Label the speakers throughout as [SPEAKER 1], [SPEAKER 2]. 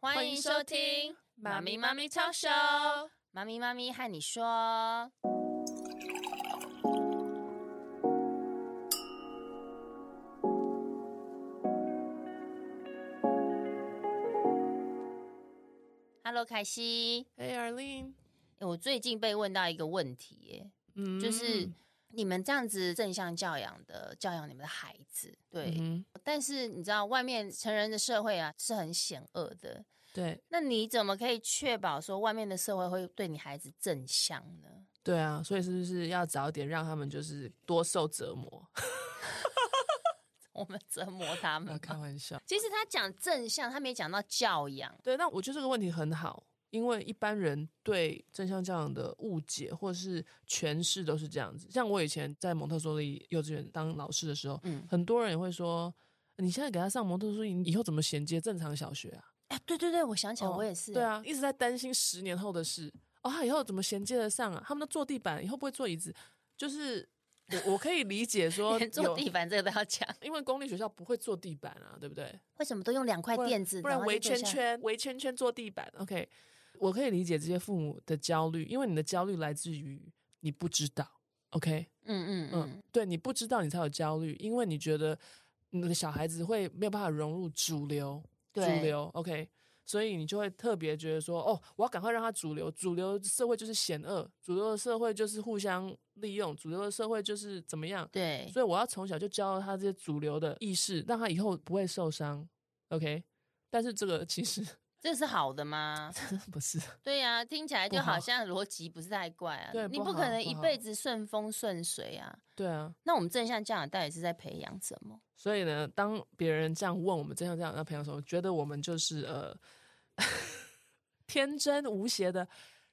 [SPEAKER 1] 欢
[SPEAKER 2] 迎收听《
[SPEAKER 1] 妈咪妈咪超秀》，妈咪妈咪和你说，Hello，凯西、
[SPEAKER 2] Hey Arlene，
[SPEAKER 1] 诶我最近被问到一个问题、耶
[SPEAKER 2] 嗯
[SPEAKER 1] 就是你们这样子正向教养的教养你们的孩子，对，
[SPEAKER 2] 嗯
[SPEAKER 1] 但是你知道外面成人的社会啊是很险恶的，
[SPEAKER 2] 对
[SPEAKER 1] 那你怎么可以确保说外面的社会会对你孩子正向呢？
[SPEAKER 2] 对啊，所以是不是要早点让他们就是多受折 磨？
[SPEAKER 1] 我们折磨他
[SPEAKER 2] 不要
[SPEAKER 1] 们。
[SPEAKER 2] 啊开玩笑。
[SPEAKER 1] 其实他讲正向，他没讲到教养。
[SPEAKER 2] 对，那我觉得这个问题很好，因为一般人对正向教养的误解或是诠释都是这样子。像我以前在蒙特梭利幼稚园当老师的时候，
[SPEAKER 1] 嗯
[SPEAKER 2] 很多人也会说，你现在给他上蒙特梭利，你以后怎么衔接正常小学啊？
[SPEAKER 1] 哎，对对对，我想起来，我也是。
[SPEAKER 2] 对，啊，一直在担心十年后的事。哦，他以后怎么衔接得上啊？他们都坐地板，以后不会坐椅子。就是我我可以理 解说
[SPEAKER 1] 连
[SPEAKER 2] 有
[SPEAKER 1] 坐地板这个都要 讲，
[SPEAKER 2] 因为公立学校不会坐地板啊，对不对？
[SPEAKER 1] 为什么都用两块
[SPEAKER 2] 不然
[SPEAKER 1] 垫子，
[SPEAKER 2] 不然
[SPEAKER 1] 后
[SPEAKER 2] 围
[SPEAKER 1] 就坐
[SPEAKER 2] 圈
[SPEAKER 1] 下来。
[SPEAKER 2] 圈，围圈圈坐地板。OK，我可以理解这些父母的焦虑，因为你的焦虑来自于你不知道。OK，
[SPEAKER 1] 嗯嗯嗯
[SPEAKER 2] 嗯，对你不知道，你才有焦虑，因为你觉得你的小孩子会没有办法融入主流，主
[SPEAKER 1] 对
[SPEAKER 2] 流，OK，所以你就会特别觉得说，哦，我要赶快让他主流，主流社会就是险恶，主流的社会就是互相利用，主流的社会就是怎么样，
[SPEAKER 1] 对，
[SPEAKER 2] 所以我要从小就教他这些主流的意识，让他以后不会受伤，OK。但是这个其实
[SPEAKER 1] 这是好的吗？
[SPEAKER 2] 不是，
[SPEAKER 1] 对呀、啊，听起来就
[SPEAKER 2] 不好
[SPEAKER 1] 好像逻辑不是太怪啊。
[SPEAKER 2] 对
[SPEAKER 1] 你
[SPEAKER 2] 不
[SPEAKER 1] 不
[SPEAKER 2] 好
[SPEAKER 1] 可能
[SPEAKER 2] 不
[SPEAKER 1] 一
[SPEAKER 2] 好
[SPEAKER 1] 辈子顺风顺水啊。
[SPEAKER 2] 对啊。
[SPEAKER 1] 那我们正向教养到底是在培养什么？
[SPEAKER 2] 所以呢，当别人这样问我们这样这样的朋友的时候，觉得我们就是呃 天真无邪的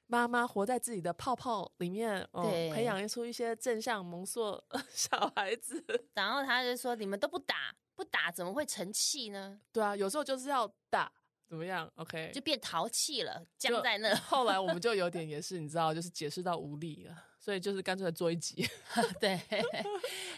[SPEAKER 2] 妈妈，活在自己的泡泡里面，哦、
[SPEAKER 1] 对
[SPEAKER 2] 培养出一些正向蒙塑 小孩子。
[SPEAKER 1] 然后他就说：“你们都不打，不打怎么会成器呢？
[SPEAKER 2] 对啊，有时候就是要打，怎么样？OK，
[SPEAKER 1] 就变淘气了，僵在 那。
[SPEAKER 2] 后来我们就有点也是，你知道，就是解释到无力了，所以就是干脆做一集。
[SPEAKER 1] 对，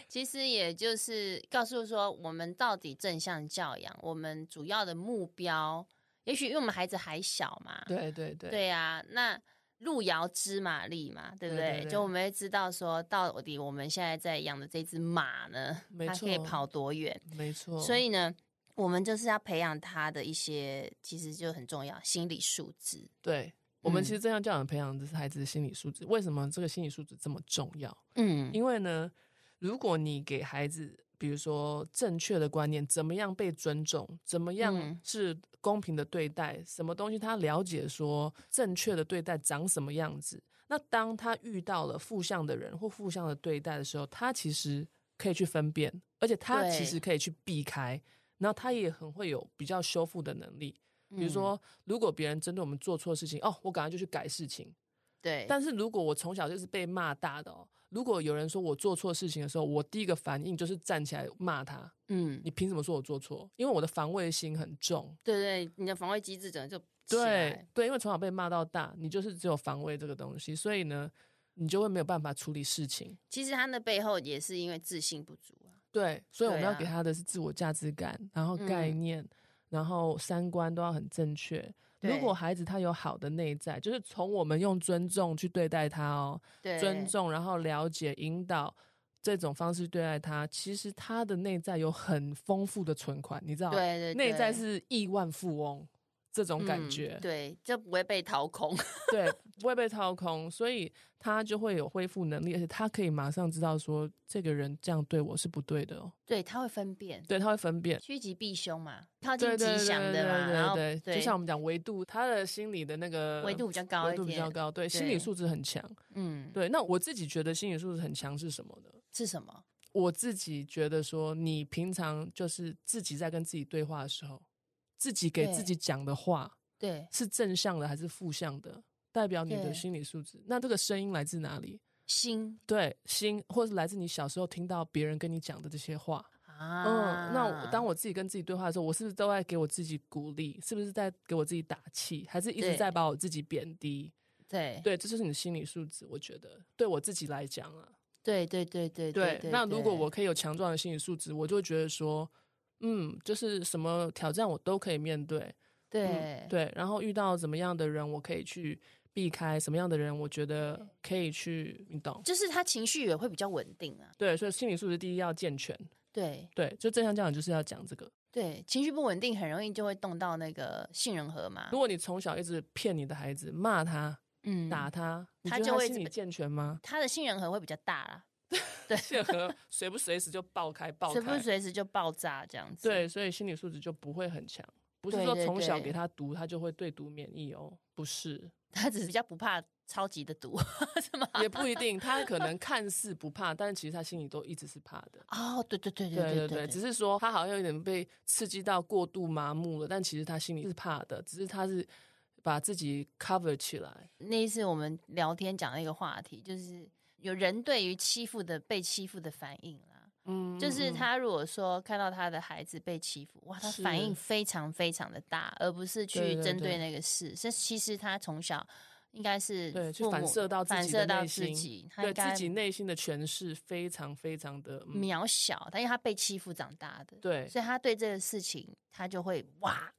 [SPEAKER 1] 其实也就是告诉说，我们到底正向教养，我们主要的目标，也许因为我们孩子还小嘛，
[SPEAKER 2] 对对对
[SPEAKER 1] 对啊，那路遥知马力嘛，对不对？
[SPEAKER 2] 对对对
[SPEAKER 1] 就我们会知道说，到底我们现在在养的这只马呢，
[SPEAKER 2] 没
[SPEAKER 1] 它
[SPEAKER 2] 错
[SPEAKER 1] 可以跑多远？
[SPEAKER 2] 没错。
[SPEAKER 1] 所以呢，我们就是要培养它的一些，其实就很重要心理素质。
[SPEAKER 2] 对我们其实正向教养培养的是孩子的心理素质。为什么这个心理素质这么重要？
[SPEAKER 1] 嗯，
[SPEAKER 2] 因为呢，如果你给孩子，比如说正确的观念，怎么样被尊重，怎么
[SPEAKER 1] 嗯
[SPEAKER 2] 样是公平的对待，什么东西他了解说正确的对待长什么样子，那当他遇到了负向的人或负向的对待的时候，他其实可以去分辨，而且他
[SPEAKER 1] 对
[SPEAKER 2] 其实可以去避开，然后他也很会有比较修复的能力。
[SPEAKER 1] 嗯
[SPEAKER 2] 比如说，如果别人针对我们做错事情，哦，我赶快就去改事情，
[SPEAKER 1] 对，
[SPEAKER 2] 但是如果我从小就是被骂大的哦，如果有人说我做错事情的时候，我第一个反应就是站起来骂他，
[SPEAKER 1] 嗯，
[SPEAKER 2] 你凭什么说我做错？因为我的防卫心很重。
[SPEAKER 1] 对对，你的防卫机制整个就起来
[SPEAKER 2] 对对，因为从小被骂到大，你就是只有防卫这个东西，所以呢，你就会没有办法处理事情。
[SPEAKER 1] 其实他那背后也是因为自信不足啊。
[SPEAKER 2] 对，所以我们
[SPEAKER 1] 对啊嗯
[SPEAKER 2] 要给他的是自我价值感，然后概念，然后三观都要很正确。
[SPEAKER 1] 对
[SPEAKER 2] 如果孩子他有好的内在，就是从我们用尊重去对待他哦，
[SPEAKER 1] 对，
[SPEAKER 2] 尊重，然后了解、引导这种方式对待他，其实他的内在有很丰富的存款，你知道，
[SPEAKER 1] 对对对
[SPEAKER 2] 内在是亿万富翁这种
[SPEAKER 1] 嗯
[SPEAKER 2] 感觉，
[SPEAKER 1] 对，就不会被掏空。
[SPEAKER 2] 对，不会被掏空，所以他就会有恢复能力，而且他可以马上知道说这个人这样对我是不对的哦，
[SPEAKER 1] 对，他会分辨，
[SPEAKER 2] 对，他会分辨。
[SPEAKER 1] 趋吉避凶嘛，靠近
[SPEAKER 2] 对对
[SPEAKER 1] 吉
[SPEAKER 2] 对
[SPEAKER 1] 祥
[SPEAKER 2] 对
[SPEAKER 1] 的嘛，然后
[SPEAKER 2] 对对，就像我们讲维度，他的心理的那个
[SPEAKER 1] 维度比较高
[SPEAKER 2] 维
[SPEAKER 1] 一
[SPEAKER 2] 度比较
[SPEAKER 1] 点，
[SPEAKER 2] 高，对，心理素质很强。
[SPEAKER 1] 嗯，
[SPEAKER 2] 对，那我自己觉得心理素质很强是什么呢？
[SPEAKER 1] 是什么？
[SPEAKER 2] 我自己觉得说，你平常就是自己在跟自己对话的时候，自己给
[SPEAKER 1] 对
[SPEAKER 2] 自己讲的话
[SPEAKER 1] 对，
[SPEAKER 2] 是正向的还是负向的，代表你
[SPEAKER 1] 对
[SPEAKER 2] 的心理素质。那这个声音来自哪里？
[SPEAKER 1] 心
[SPEAKER 2] 对，心，或是来自你小时候听到别人跟你讲的这些话。
[SPEAKER 1] 啊，
[SPEAKER 2] 嗯，那我当我自己跟自己对话的时候，我是不是都在给我自己鼓励？是不是在给我自己打气？还是一直
[SPEAKER 1] 对
[SPEAKER 2] 在把我自己贬低？
[SPEAKER 1] 对
[SPEAKER 2] 对，这就是你的心理素质。我觉得，对我自己来讲啊，
[SPEAKER 1] 对对对对
[SPEAKER 2] 对，
[SPEAKER 1] 对，
[SPEAKER 2] 那如果
[SPEAKER 1] 对
[SPEAKER 2] 我可以有强壮的心理素质，我就会觉得说，嗯，就是什么挑战我都可以面对，
[SPEAKER 1] 对
[SPEAKER 2] 对，然后遇到怎么样的人，我可以去避开什么样的人，我觉得可以去，你懂？
[SPEAKER 1] 就是他情绪也会比较稳定啊。
[SPEAKER 2] 对，所以心理素质第一要健全。
[SPEAKER 1] 对
[SPEAKER 2] 对，就正向教养就是要讲这个。
[SPEAKER 1] 对，情绪不稳定很容易就会动到那个杏仁核嘛
[SPEAKER 2] 如。果你从小一直骗你的孩子，骂他、
[SPEAKER 1] 嗯，
[SPEAKER 2] 打他，你
[SPEAKER 1] 他
[SPEAKER 2] 觉得
[SPEAKER 1] 就会
[SPEAKER 2] 心
[SPEAKER 1] 怎
[SPEAKER 2] 理
[SPEAKER 1] 么？
[SPEAKER 2] 健全吗
[SPEAKER 1] 他的杏仁核会比较大啦，
[SPEAKER 2] 这和随不随时就爆开爆
[SPEAKER 1] 随不
[SPEAKER 2] 开，
[SPEAKER 1] 随时就爆炸这样子。
[SPEAKER 2] 对，所以心理素质就不会很强。不是
[SPEAKER 1] 对
[SPEAKER 2] 说
[SPEAKER 1] 对
[SPEAKER 2] 从小
[SPEAKER 1] 对
[SPEAKER 2] 给他毒，他就会对毒免疫哦，不是，
[SPEAKER 1] 他只是比较不怕超级的毒， 是吗？
[SPEAKER 2] 也不一定。他可能看似不怕，但其实他心里都一直是怕的。
[SPEAKER 1] 哦，对对对
[SPEAKER 2] 对
[SPEAKER 1] 对
[SPEAKER 2] 对对，只是说他好像有点被刺激到过度麻木了，但其实他心里是怕的，只是他是把自己 cover 起来。
[SPEAKER 1] 那一次我们聊天讲了一个话题，就是有人对于欺负的被欺负的反应啦，
[SPEAKER 2] 嗯
[SPEAKER 1] 就是他如果说看到他的孩子被欺负，哇，他
[SPEAKER 2] 是
[SPEAKER 1] 反应非常非常的大，而不是
[SPEAKER 2] 对
[SPEAKER 1] 去
[SPEAKER 2] 对
[SPEAKER 1] 针
[SPEAKER 2] 对
[SPEAKER 1] 对那个事。这其实他从小应该是
[SPEAKER 2] 对去
[SPEAKER 1] 父母
[SPEAKER 2] 反射到自己
[SPEAKER 1] 反
[SPEAKER 2] 的
[SPEAKER 1] 射到
[SPEAKER 2] 内
[SPEAKER 1] 自
[SPEAKER 2] 心
[SPEAKER 1] 己，他
[SPEAKER 2] 对
[SPEAKER 1] 应该
[SPEAKER 2] 自己内心的诠释非常非常的、嗯
[SPEAKER 1] 渺小，但因为他被欺负长大的，
[SPEAKER 2] 对
[SPEAKER 1] 所以他对这个事情他就会哇反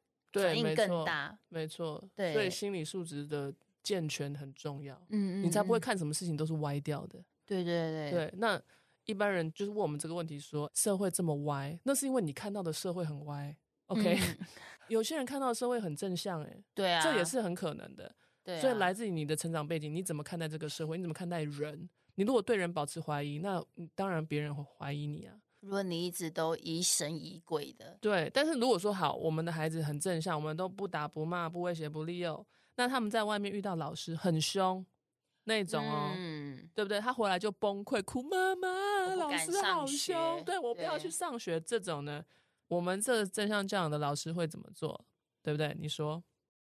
[SPEAKER 2] 对，
[SPEAKER 1] 应
[SPEAKER 2] 没
[SPEAKER 1] 更
[SPEAKER 2] 错，
[SPEAKER 1] 大，
[SPEAKER 2] 没错，
[SPEAKER 1] 对
[SPEAKER 2] 所以心理素质的健全很重要，
[SPEAKER 1] 嗯嗯，
[SPEAKER 2] 你才不会
[SPEAKER 1] 嗯，
[SPEAKER 2] 看什么事情都是歪掉的。
[SPEAKER 1] 对对对
[SPEAKER 2] 对，那一般人就是问我们这个问题说，社会这么歪，那是因为你看到的社会很歪。OK，、
[SPEAKER 1] 嗯
[SPEAKER 2] 有些人看到的社会很正向、欸，
[SPEAKER 1] 对啊，
[SPEAKER 2] 这也是很可能的。
[SPEAKER 1] 对啊，
[SPEAKER 2] 所以来自于你的成长背景，你怎么看待这个社会？你怎么看待人？你如果对人保持怀疑，那嗯当然别人会怀疑你啊。
[SPEAKER 1] 如果你一直都疑神疑鬼的，
[SPEAKER 2] 对，但是如果说好，我们的孩子很正向，我们都不打不骂不威胁不利诱，那他们在外面遇到老师很凶那种哦，
[SPEAKER 1] 嗯，
[SPEAKER 2] 对不对？他回来就崩溃哭，妈妈，
[SPEAKER 1] 我不
[SPEAKER 2] 老
[SPEAKER 1] 敢
[SPEAKER 2] 师
[SPEAKER 1] 上
[SPEAKER 2] 好
[SPEAKER 1] 学
[SPEAKER 2] 凶，对我不要
[SPEAKER 1] 对
[SPEAKER 2] 去上学。这种呢，我们这正向教养的老师会怎么做？对不对？你说，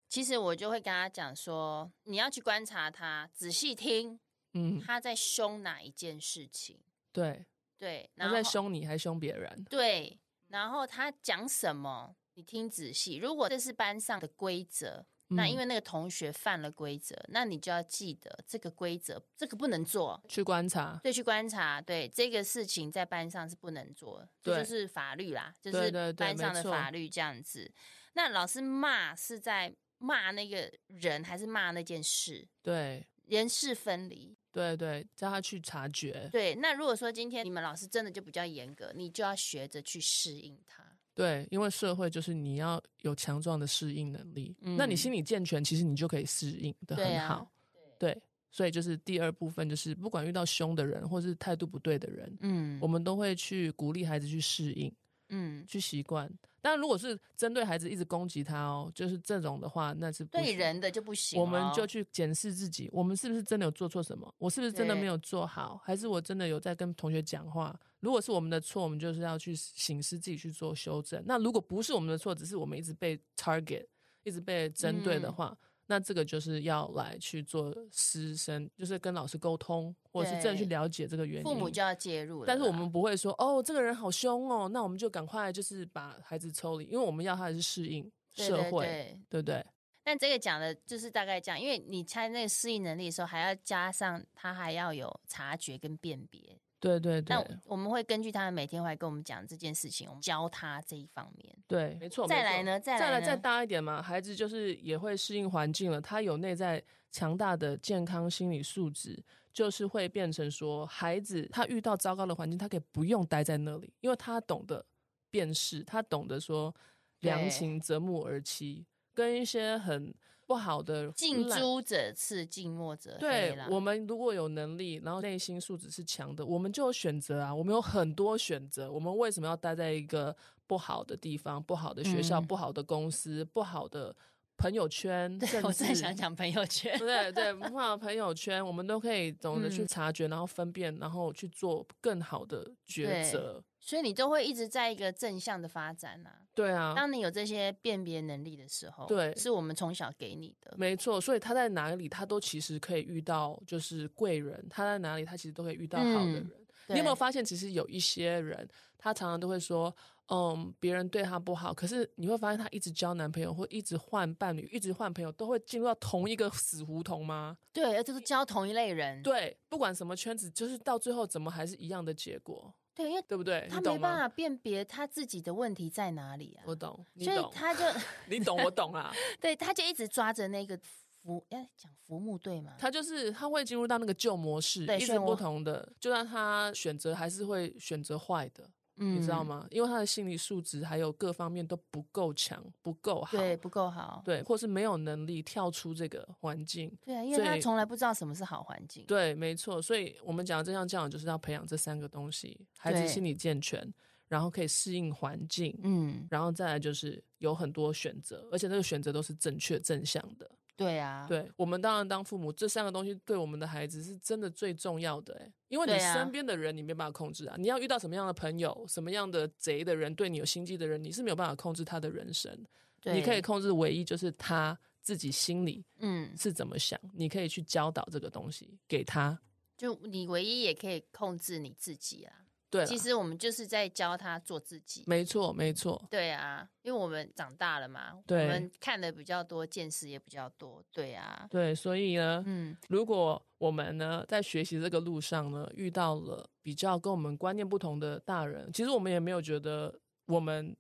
[SPEAKER 1] 其实我就会跟他讲说，你要去观察他，仔细听
[SPEAKER 2] 嗯，
[SPEAKER 1] 他在凶哪一件事情，
[SPEAKER 2] 对，
[SPEAKER 1] 对，然
[SPEAKER 2] 他
[SPEAKER 1] 后
[SPEAKER 2] 在凶你还凶别人，
[SPEAKER 1] 对，然后他讲什么，你听仔细。如果这是班上的规则，那
[SPEAKER 2] 嗯
[SPEAKER 1] 因为那个同学犯了规则，那你就要记得这个规则，这个不能做。
[SPEAKER 2] 去观察，
[SPEAKER 1] 对，去观察，对这个事情在班上是不能做的，这
[SPEAKER 2] 对
[SPEAKER 1] 就是法律啦，就
[SPEAKER 2] 对
[SPEAKER 1] 是
[SPEAKER 2] 对对
[SPEAKER 1] 班
[SPEAKER 2] 没
[SPEAKER 1] 上的
[SPEAKER 2] 错
[SPEAKER 1] 法律这样子。那老师骂是在骂那个人，还是骂那件事？
[SPEAKER 2] 对
[SPEAKER 1] 人事分离。
[SPEAKER 2] 对对，叫他去察觉，
[SPEAKER 1] 对，那如果说今天你们老师真的就比较严格，你就要学着去适应它。
[SPEAKER 2] 对，因为社会就是你要有强壮的适应能力，那你
[SPEAKER 1] 嗯
[SPEAKER 2] 心理健全，其实你就可以适应的
[SPEAKER 1] 对
[SPEAKER 2] 很
[SPEAKER 1] 啊
[SPEAKER 2] 好，对，所以就是第二部分就是不管遇到凶的人或是态度不对的人，
[SPEAKER 1] 嗯
[SPEAKER 2] 我们都会去鼓励孩子去适应、
[SPEAKER 1] 嗯，
[SPEAKER 2] 去习惯。但如果是针对孩子一直攻击他哦，就是这种的话，那是不
[SPEAKER 1] 对
[SPEAKER 2] 行。
[SPEAKER 1] 人的就不行哦咯，
[SPEAKER 2] 我们就去检视自己，我们是不是真的有做错什么？我是不是真的
[SPEAKER 1] 对
[SPEAKER 2] 没有做好？还是我真的有在跟同学讲话？如果是我们的错，我们就是要去审视自己去做修正。那如果不是我们的错，只是我们一直被 target，一直被针对的
[SPEAKER 1] 嗯
[SPEAKER 2] 话，那这个就是要来去做师生，就是跟老师沟通，或者是真的去
[SPEAKER 1] 对
[SPEAKER 2] 了解这个原因。
[SPEAKER 1] 父母就要介入了啦。
[SPEAKER 2] 但是我们不会说哦，这个人好凶哦，那我们就赶快就是把孩子抽离，因为我们要他的是适应
[SPEAKER 1] 对
[SPEAKER 2] 社
[SPEAKER 1] 对
[SPEAKER 2] 会，
[SPEAKER 1] 对
[SPEAKER 2] 对不对？
[SPEAKER 1] 但这个讲的就是大概这样，因为你猜那个适应能力的时候，还要加上他还要有察觉跟辨别。
[SPEAKER 2] 对对
[SPEAKER 1] 那
[SPEAKER 2] 对
[SPEAKER 1] 我们会根据他每天会来跟我们讲这件事情，我们教他这一方面。
[SPEAKER 2] 对，没错。
[SPEAKER 1] 再
[SPEAKER 2] 没错
[SPEAKER 1] 来？呢，再
[SPEAKER 2] 再
[SPEAKER 1] 来
[SPEAKER 2] 来再
[SPEAKER 1] 呢
[SPEAKER 2] 大一点嘛，孩子就是也会适应环境了，他有内在强大的健康心理素质，就是会变成说，孩子他遇到糟糕的环境，他可以不用待在那里，因为他懂得辨识，他懂得说良
[SPEAKER 1] 对
[SPEAKER 2] 禽择木而栖，跟一些很不好的
[SPEAKER 1] 近
[SPEAKER 2] 烂
[SPEAKER 1] 朱者赤，近墨者黑
[SPEAKER 2] 对
[SPEAKER 1] 啦。
[SPEAKER 2] 我们如果有能力，然后内心素质是强的，我们就有选择啊，我们有很多选择。我们为什么要待在一个不好的地方、不好的学校、
[SPEAKER 1] 嗯
[SPEAKER 2] 不好的公司、不好的朋友 圈？
[SPEAKER 1] 对
[SPEAKER 2] 甚
[SPEAKER 1] 我在
[SPEAKER 2] 至
[SPEAKER 1] 想讲朋友圈。
[SPEAKER 2] 对对，不好的朋友圈，我们都可以懂得去
[SPEAKER 1] 嗯
[SPEAKER 2] 察觉，然后分辨，然后去做更好的
[SPEAKER 1] 对
[SPEAKER 2] 抉择。
[SPEAKER 1] 所以你都会一直在一个正向的发展啊。
[SPEAKER 2] 对啊，
[SPEAKER 1] 当你有这些辨别能力的时候，
[SPEAKER 2] 对
[SPEAKER 1] 是我们从小给你的。
[SPEAKER 2] 没错，所以他在哪里，他都其实可以遇到就是贵人。他在哪里，他其实都可以遇到好的
[SPEAKER 1] 嗯
[SPEAKER 2] 人。你有没
[SPEAKER 1] 对
[SPEAKER 2] 有发现，其实有一些人，他常常都会说，嗯，别人对他不好，可是你会发现，他一直交男朋友，或一直换伴侣，一直换朋友，都会进入到同一个死胡同吗？
[SPEAKER 1] 对，而且都教同一类人。
[SPEAKER 2] 对，不管什么圈子，就是到最后怎么还是一样的结果。
[SPEAKER 1] 对，因为
[SPEAKER 2] 对不对？
[SPEAKER 1] 他
[SPEAKER 2] 你
[SPEAKER 1] 没
[SPEAKER 2] 懂
[SPEAKER 1] 办法
[SPEAKER 2] 吗？
[SPEAKER 1] 辨别他自己的问题在哪里啊，
[SPEAKER 2] 我懂，你
[SPEAKER 1] 所以
[SPEAKER 2] 懂，
[SPEAKER 1] 他就
[SPEAKER 2] 你懂，我 懂啦。
[SPEAKER 1] 对，他就一直抓着那个浮，要讲浮木对吗？
[SPEAKER 2] 他就是他会进入到那个旧模式，
[SPEAKER 1] 对
[SPEAKER 2] 一
[SPEAKER 1] 漩
[SPEAKER 2] 直
[SPEAKER 1] 涡
[SPEAKER 2] 不同的，就算他选择还是会选择坏的，
[SPEAKER 1] 嗯
[SPEAKER 2] 你知道？吗？因为他的心理素质还有各方面都不够强，不够好，
[SPEAKER 1] 嗯对，不够好。
[SPEAKER 2] 对或是没有能力跳出这个环境。
[SPEAKER 1] 对啊，因为
[SPEAKER 2] 所
[SPEAKER 1] 他
[SPEAKER 2] 以
[SPEAKER 1] 从来不知道什么是好环境。
[SPEAKER 2] 对，没错，所以我们讲的正向教养就是要培养这三个东西：孩子
[SPEAKER 1] 对
[SPEAKER 2] 心理健全，然后可以适应环境，
[SPEAKER 1] 嗯，
[SPEAKER 2] 然后再来就是有很多选择，而且这个选择都是正确正向的。
[SPEAKER 1] 对啊，
[SPEAKER 2] 对我们当然当父母，这三个东西对我们的孩子是真的最重要的、欸，因为你
[SPEAKER 1] 对啊
[SPEAKER 2] 身边的人你没办法控制啊，你要遇到什么样的朋友、什么样的贼的人、对你有心机的人，你是没有办法控制他的人生，
[SPEAKER 1] 对，
[SPEAKER 2] 你可以，控制唯一就是他自己心里
[SPEAKER 1] 嗯，
[SPEAKER 2] 是怎么想，你可以去教导这个东西给他。
[SPEAKER 1] 就你唯一也可以控制你自己啦。
[SPEAKER 2] 对啦，
[SPEAKER 1] 其实我们就是在教他做自己。
[SPEAKER 2] 没错，没错，
[SPEAKER 1] 对啊，因为我们长大了嘛，我
[SPEAKER 2] 对
[SPEAKER 1] 们看的比较多，见识也比较多。对啊，
[SPEAKER 2] 对，所以呢，
[SPEAKER 1] 嗯，
[SPEAKER 2] 如果我们呢在学习这个路上呢，遇到了比较跟我们观念不同的大人，其实我们也没有觉得我们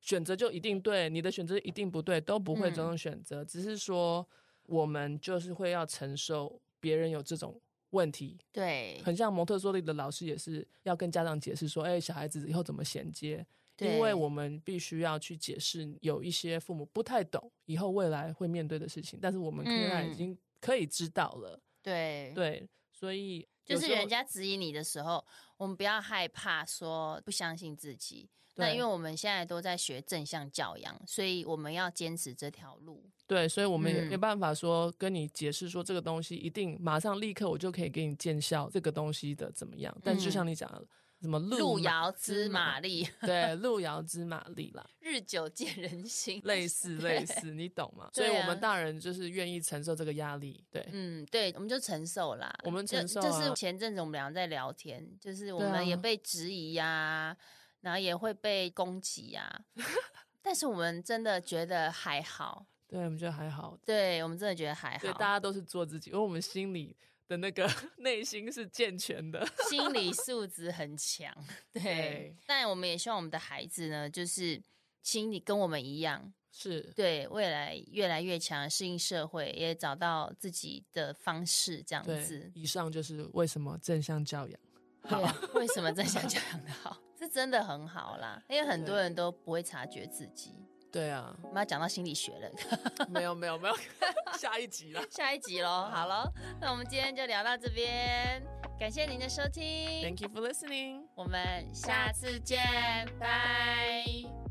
[SPEAKER 2] 选择就一定对，你的选择一定不对，都不会
[SPEAKER 1] 嗯
[SPEAKER 2] 这种选择，只是说我们就是会要承受别人有这种问题，
[SPEAKER 1] 对，
[SPEAKER 2] 很像蒙特梭利的老师也是要跟家长解释说，哎、小孩子以后怎么衔接。
[SPEAKER 1] 对
[SPEAKER 2] 因为我们必须要去解释，有一些父母不太懂，以后未来会面对的事情，但是我们现在
[SPEAKER 1] 嗯
[SPEAKER 2] 已经可以知道了。
[SPEAKER 1] 对，
[SPEAKER 2] 对，所以
[SPEAKER 1] 就
[SPEAKER 2] 有
[SPEAKER 1] 是
[SPEAKER 2] 时候
[SPEAKER 1] 人家质疑你的时候，我们不要害怕说不相信自己。那
[SPEAKER 2] 对
[SPEAKER 1] 因为我们现在都在学正向教养，所以我们要坚持这条路。
[SPEAKER 2] 对，所以我们也
[SPEAKER 1] 嗯
[SPEAKER 2] 没办法说跟你解释说这个东西一定马上立刻我就可以给你见效，这个东西的怎么样？但是就像你讲的，什么
[SPEAKER 1] 嗯路
[SPEAKER 2] 路马
[SPEAKER 1] 遥知马 力，
[SPEAKER 2] 对，路遥知马力啦，
[SPEAKER 1] 日久见人心。
[SPEAKER 2] 类似类似，你懂吗？所以
[SPEAKER 1] 对
[SPEAKER 2] 我们
[SPEAKER 1] 啊
[SPEAKER 2] 大人就是愿意承受这个压力，对，
[SPEAKER 1] 嗯，对，我们就承受啦。
[SPEAKER 2] 我们
[SPEAKER 1] 就
[SPEAKER 2] 承受
[SPEAKER 1] 就是
[SPEAKER 2] 啊
[SPEAKER 1] 前阵子我们俩在聊天，就是我
[SPEAKER 2] 对
[SPEAKER 1] 们也
[SPEAKER 2] 啊
[SPEAKER 1] 被质疑呀、然后也会被攻击 呀、但是我们真的觉得还好，
[SPEAKER 2] 对，我们觉得还好，
[SPEAKER 1] 对我们真的觉得还
[SPEAKER 2] 对，
[SPEAKER 1] 好，
[SPEAKER 2] 大家都是做自己，因为我们心里的那个 内心是健全的，
[SPEAKER 1] 心理素质很强。 对
[SPEAKER 2] 对，
[SPEAKER 1] 但我们也希望我们的孩子呢，就是心理跟我们一样，
[SPEAKER 2] 是
[SPEAKER 1] 对未来越来越强，适应社会，也找到自己的方式，这样
[SPEAKER 2] 对
[SPEAKER 1] 子。。
[SPEAKER 2] 以上就是为什么正向教养。
[SPEAKER 1] 对啊，为什么正向教养的好？ 这真的很好啦，因为很多人都不会察觉自己。
[SPEAKER 2] 对 啊，
[SPEAKER 1] 我们要讲到心理学了，
[SPEAKER 2] 没有没有没 有，下一集啦。
[SPEAKER 1] 下一集喽。好喽，那我们今天就聊到这边，感谢您的收听，
[SPEAKER 2] Thank you for listening.
[SPEAKER 1] 我们下次见，拜。